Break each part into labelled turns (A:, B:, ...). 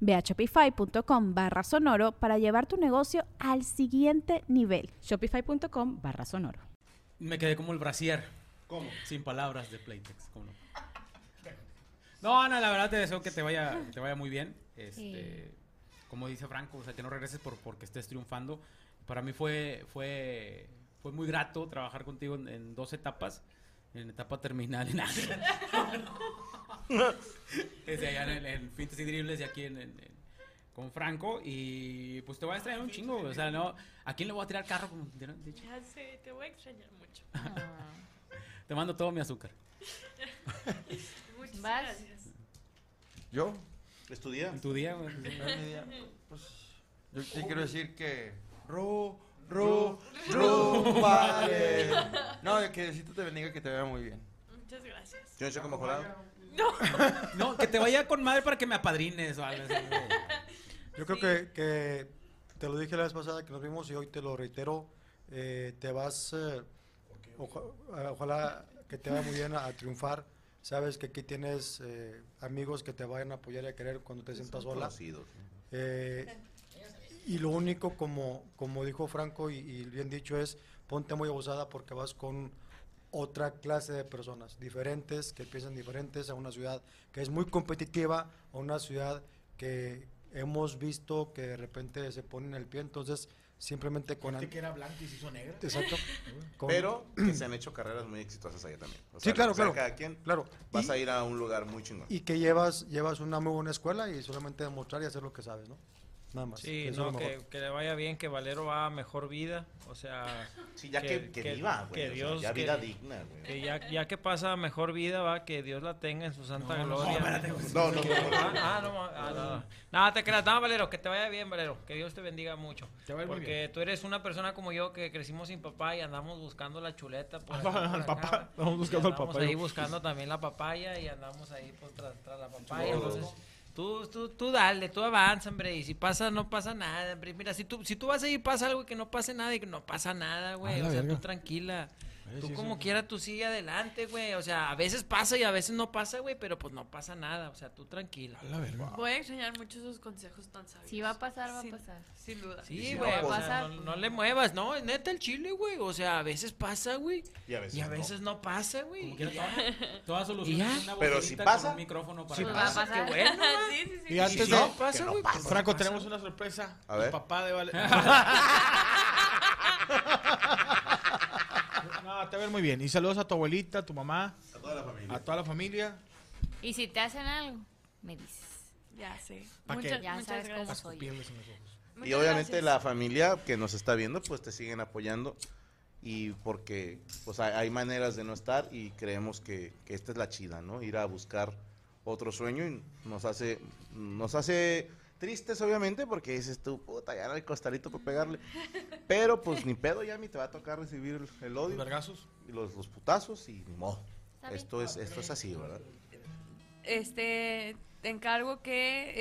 A: Ve a shopify.com barra sonoro para llevar tu negocio al siguiente nivel.
B: Shopify.com barra sonoro.
C: Me quedé como el brasier.
D: ¿Cómo?
C: Sin palabras de Playtex. ¿cómo no? no, Ana, la verdad te deseo que te vaya, que te vaya muy bien. Este, Como dice Franco, o sea, que no regreses por, porque estés triunfando. Para mí fue, fue, fue muy grato trabajar contigo en, en dos etapas. En etapa terminal en Desde allá en el, en Fintas y Dribles y aquí en, en- en- con Franco. Y pues te voy a extrañar un chingo. O sea, no, ¿a quién le voy a tirar carro? Como te han dicho.
E: Ya sé, te voy a extrañar mucho.
C: Te mando todo mi azúcar.
E: Muchas
F: ¿Vas?
E: gracias.
D: ¿Yo? ¿Estudié?
C: En tu día, güey.
D: Yo te quiero decir que. Ru, ru, ru, vale. No, que Diosito te bendiga, que te vea muy bien.
E: Muchas gracias.
D: Yo no sé cómo jorar.
C: No, que te vaya con madre para que me apadrines o algo así.
G: Yo creo que, que te lo dije la vez pasada que nos vimos y hoy te lo reitero. eh, te vas, eh, oja- eh, ojalá que te vaya muy bien a, a triunfar. Sabes que aquí tienes eh, amigos que te vayan a apoyar y a querer cuando te sientas sola. Eh, y lo único, como, como dijo Franco y, y bien dicho, es ponte muy abusada porque vas con otra clase de personas diferentes, que piensan diferentes, a una ciudad que es muy competitiva, a una ciudad que hemos visto que de repente se ponen el pie, entonces simplemente con... an-
H: que era blanco y se hizo negro.
G: Exacto. con-
I: Pero que se han hecho carreras muy exitosas allá también. O
G: Sí, claro,
I: o sea,
G: claro.
I: Cada quien
G: Claro.
I: vas
G: y,
I: a ir a un lugar muy chingón.
G: y que llevas, llevas una muy buena escuela y solamente demostrar y hacer lo que sabes, ¿no? Nada más.
J: Sí,
G: eso es
J: no,
G: lo mejor.
J: que, que le vaya bien, que Valero va a mejor vida, o sea,
I: sí, ya que,
J: que-
I: que
J: que-
I: viva, güey.
J: que
I: o sea,
J: Dios,
I: ya
J: que-
I: vida digna, güey.
J: que ya, ya que pasa a mejor vida, va, que Dios la tenga en su santa gloria.
I: No, no,
J: Que-
I: no, no.
J: ah, ah, no, ma- ah, no, no. Nada, te creas, nada, Valero, que te vaya bien, Valero, que Dios te bendiga mucho.
C: Te va a ir muy
J: Porque
C: bien.
J: tú eres una persona como yo que crecimos sin papá y andamos buscando la chuleta. Por
H: Al
J: acá,
H: pa-
J: por
H: al
J: acá,
H: papá,
J: va.
H: andamos
J: Y
H: buscando al
J: andamos
H: papá,
J: ahí
H: yo.
J: buscando también la papaya y andamos ahí pues, tras, tras la papaya. Entonces, tú, tú, tú dale, tú avanza, hombre, y si pasa, no pasa nada, hombre. Mira, si tú, si tú vas a ir, pasa algo y que no pase nada y que no pasa nada,
H: A
J: güey. O
H: la
J: sea, tú
H: verga.
J: tranquila.
H: Eh,
J: Tú
H: sí,
J: como
H: sí.
J: quiera, tú sigue adelante, güey. O sea, a veces pasa y a veces no pasa, güey, pero pues no pasa nada. O sea, tú tranquila.
H: la verga.
E: Voy a extrañar mucho esos consejos tan sabios.
F: Si va a pasar, va a
E: Sin-
F: pasar.
E: Sin duda.
J: Sí,
I: si
J: güey,
I: no
J: o sea,
F: pasa-
J: no, no le muevas, no, es neta el chile, güey, o sea, a veces pasa, güey,
I: Y a veces.
J: y a
I: no.
J: veces no, pasa, güey,
C: Como
J: y
C: quiera,
J: ya.
C: toda- toda solución
J: ¿Y ya?
C: es una
I: Pero
C: bocinita
I: si pasa,
C: con un micrófono para
H: si
C: acá.
F: Va a pasar.
J: Qué bueno,
E: sí, sí, sí.
H: Y
I: Y
H: antes de.
I: si no,
J: pasa,
I: que no
J: güey,
I: pasa.
H: Pues, Franco, tenemos una sorpresa.
I: A ver.
H: El papá de Vale. no, te va a ver muy bien. Y saludos a tu abuelita, a tu mamá,
I: A toda la familia.
H: a toda la familia.
F: Y si te hacen algo, me dices.
E: Ya sé.
H: Pa' que-
E: Muchas,
F: Ya
E: muchas
F: sabes cómo
E: gracias.
F: soy.
H: Pierdes en los ojos.
E: Muchas
I: Y obviamente
E: gracias.
I: la familia que nos está viendo, pues te siguen apoyando. Y porque pues hay, hay maneras de no estar y creemos que, que esta es la chida, ¿no? Ir a buscar otro sueño y nos hace, nos hace tristes, obviamente, porque dices tú, puta, ya era el costalito para pegarle. Pero pues ni pedo, ya ni te va a tocar recibir el, el
H: Los
I: odio,
H: vergazos.
I: y los, los putazos y ni modo.
F: Está bien.
I: Esto es, esto es así, ¿verdad?
E: Este, te encargo que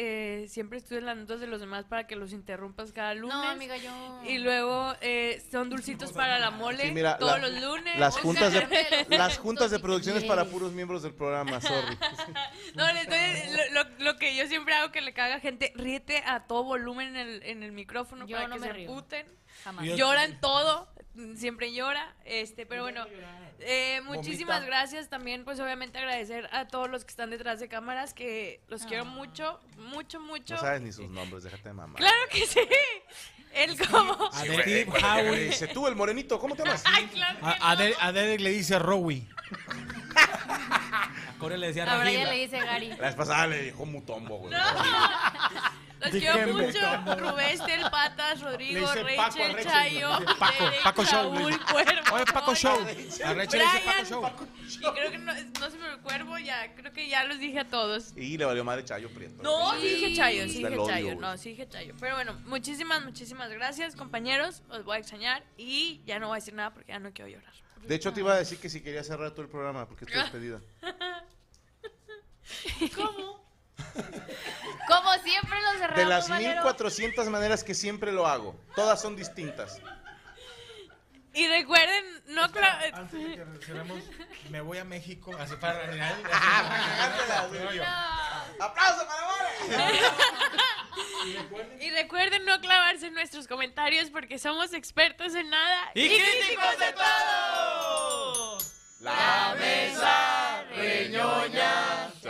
E: eh, siempre estudies las notas de los demás para que los interrumpas cada lunes.
F: No, amiga, yo.
E: Y luego eh, son dulcitos para la mole
I: Sí, mira,
E: todos
I: la-
E: los lunes.
I: Las
F: Oigan,
I: juntas de,
F: pero-
I: las juntas de producciones para
F: Yes.
I: puros miembros del programa, sorry.
E: No, les doy lo, lo- lo que yo siempre hago que le caga a gente, ríete a todo volumen en el, en el micrófono
F: Yo
E: para
F: no
E: que
F: me
E: se
F: río.
E: puten. Jamás.
J: Yo-
E: Llora en todo, siempre llora. Este, pero bueno, eh, muchísimas
J: Vomita.
E: gracias también, pues obviamente agradecer a todos los que están detrás de cámaras, que los quiero
F: Ah.
E: mucho, mucho, mucho.
I: No sabes ni sus nombres, déjate de mamar.
E: Claro que sí. El como.
I: Sí, güey,
H: Steve
I: güey,
H: Howe.
I: le Dice tú, el morenito, ¿cómo te llamas?
E: Ay, claro.
H: A, a Der- a Derek le dice Rowie.
C: A Corey le decía
F: Ahora
C: Rajib.
F: ya le dice Gary.
I: La vez pasada le dijo Mutombo, güey.
E: Los
I: Dije
E: quiero
I: me
E: mucho. Rubester, Patas, Rodrigo,
I: Le dice Paco a
E: Rachel,
I: Rachel,
E: Chayo,
I: güey. Paco,
E: Derek,
H: Paco Show. le
E: Saúl,
H: dice.
E: Cuervo.
H: Oye, Paco
E: Mona.
H: Show. A Rachel le dice Paco Show.
E: Y creo que no, no se me olvidó Cuervo, ya, creo que ya los dije a todos.
I: Y le valió madre Chayo Prieto.
E: No,
I: güey.
E: sí dije Chayo, sí
I: Está
E: dije
I: el odio,
E: Chayo,
I: güey.
E: no, sí dije Chayo. Pero bueno, muchísimas, muchísimas gracias, compañeros. Os voy a extrañar y ya no voy a decir nada porque ya no quiero llorar.
I: De hecho, te iba a decir que si quería cerrar todo el programa, porque estoy despedida.
E: ¿Cómo?
F: Como siempre lo cerramos,
I: De las
F: Valero.
I: 1400 maneras que siempre lo hago, todas son distintas.
E: Y recuerden, no, cla-
H: Antes de que cerremos, me voy a México así para regalar.
I: Ah, ¡Aplauso para
E: y recuerden no clavarse en nuestros comentarios porque somos expertos en nada
H: Y
E: críticos de todo.
I: La
E: mesa
I: reñoña se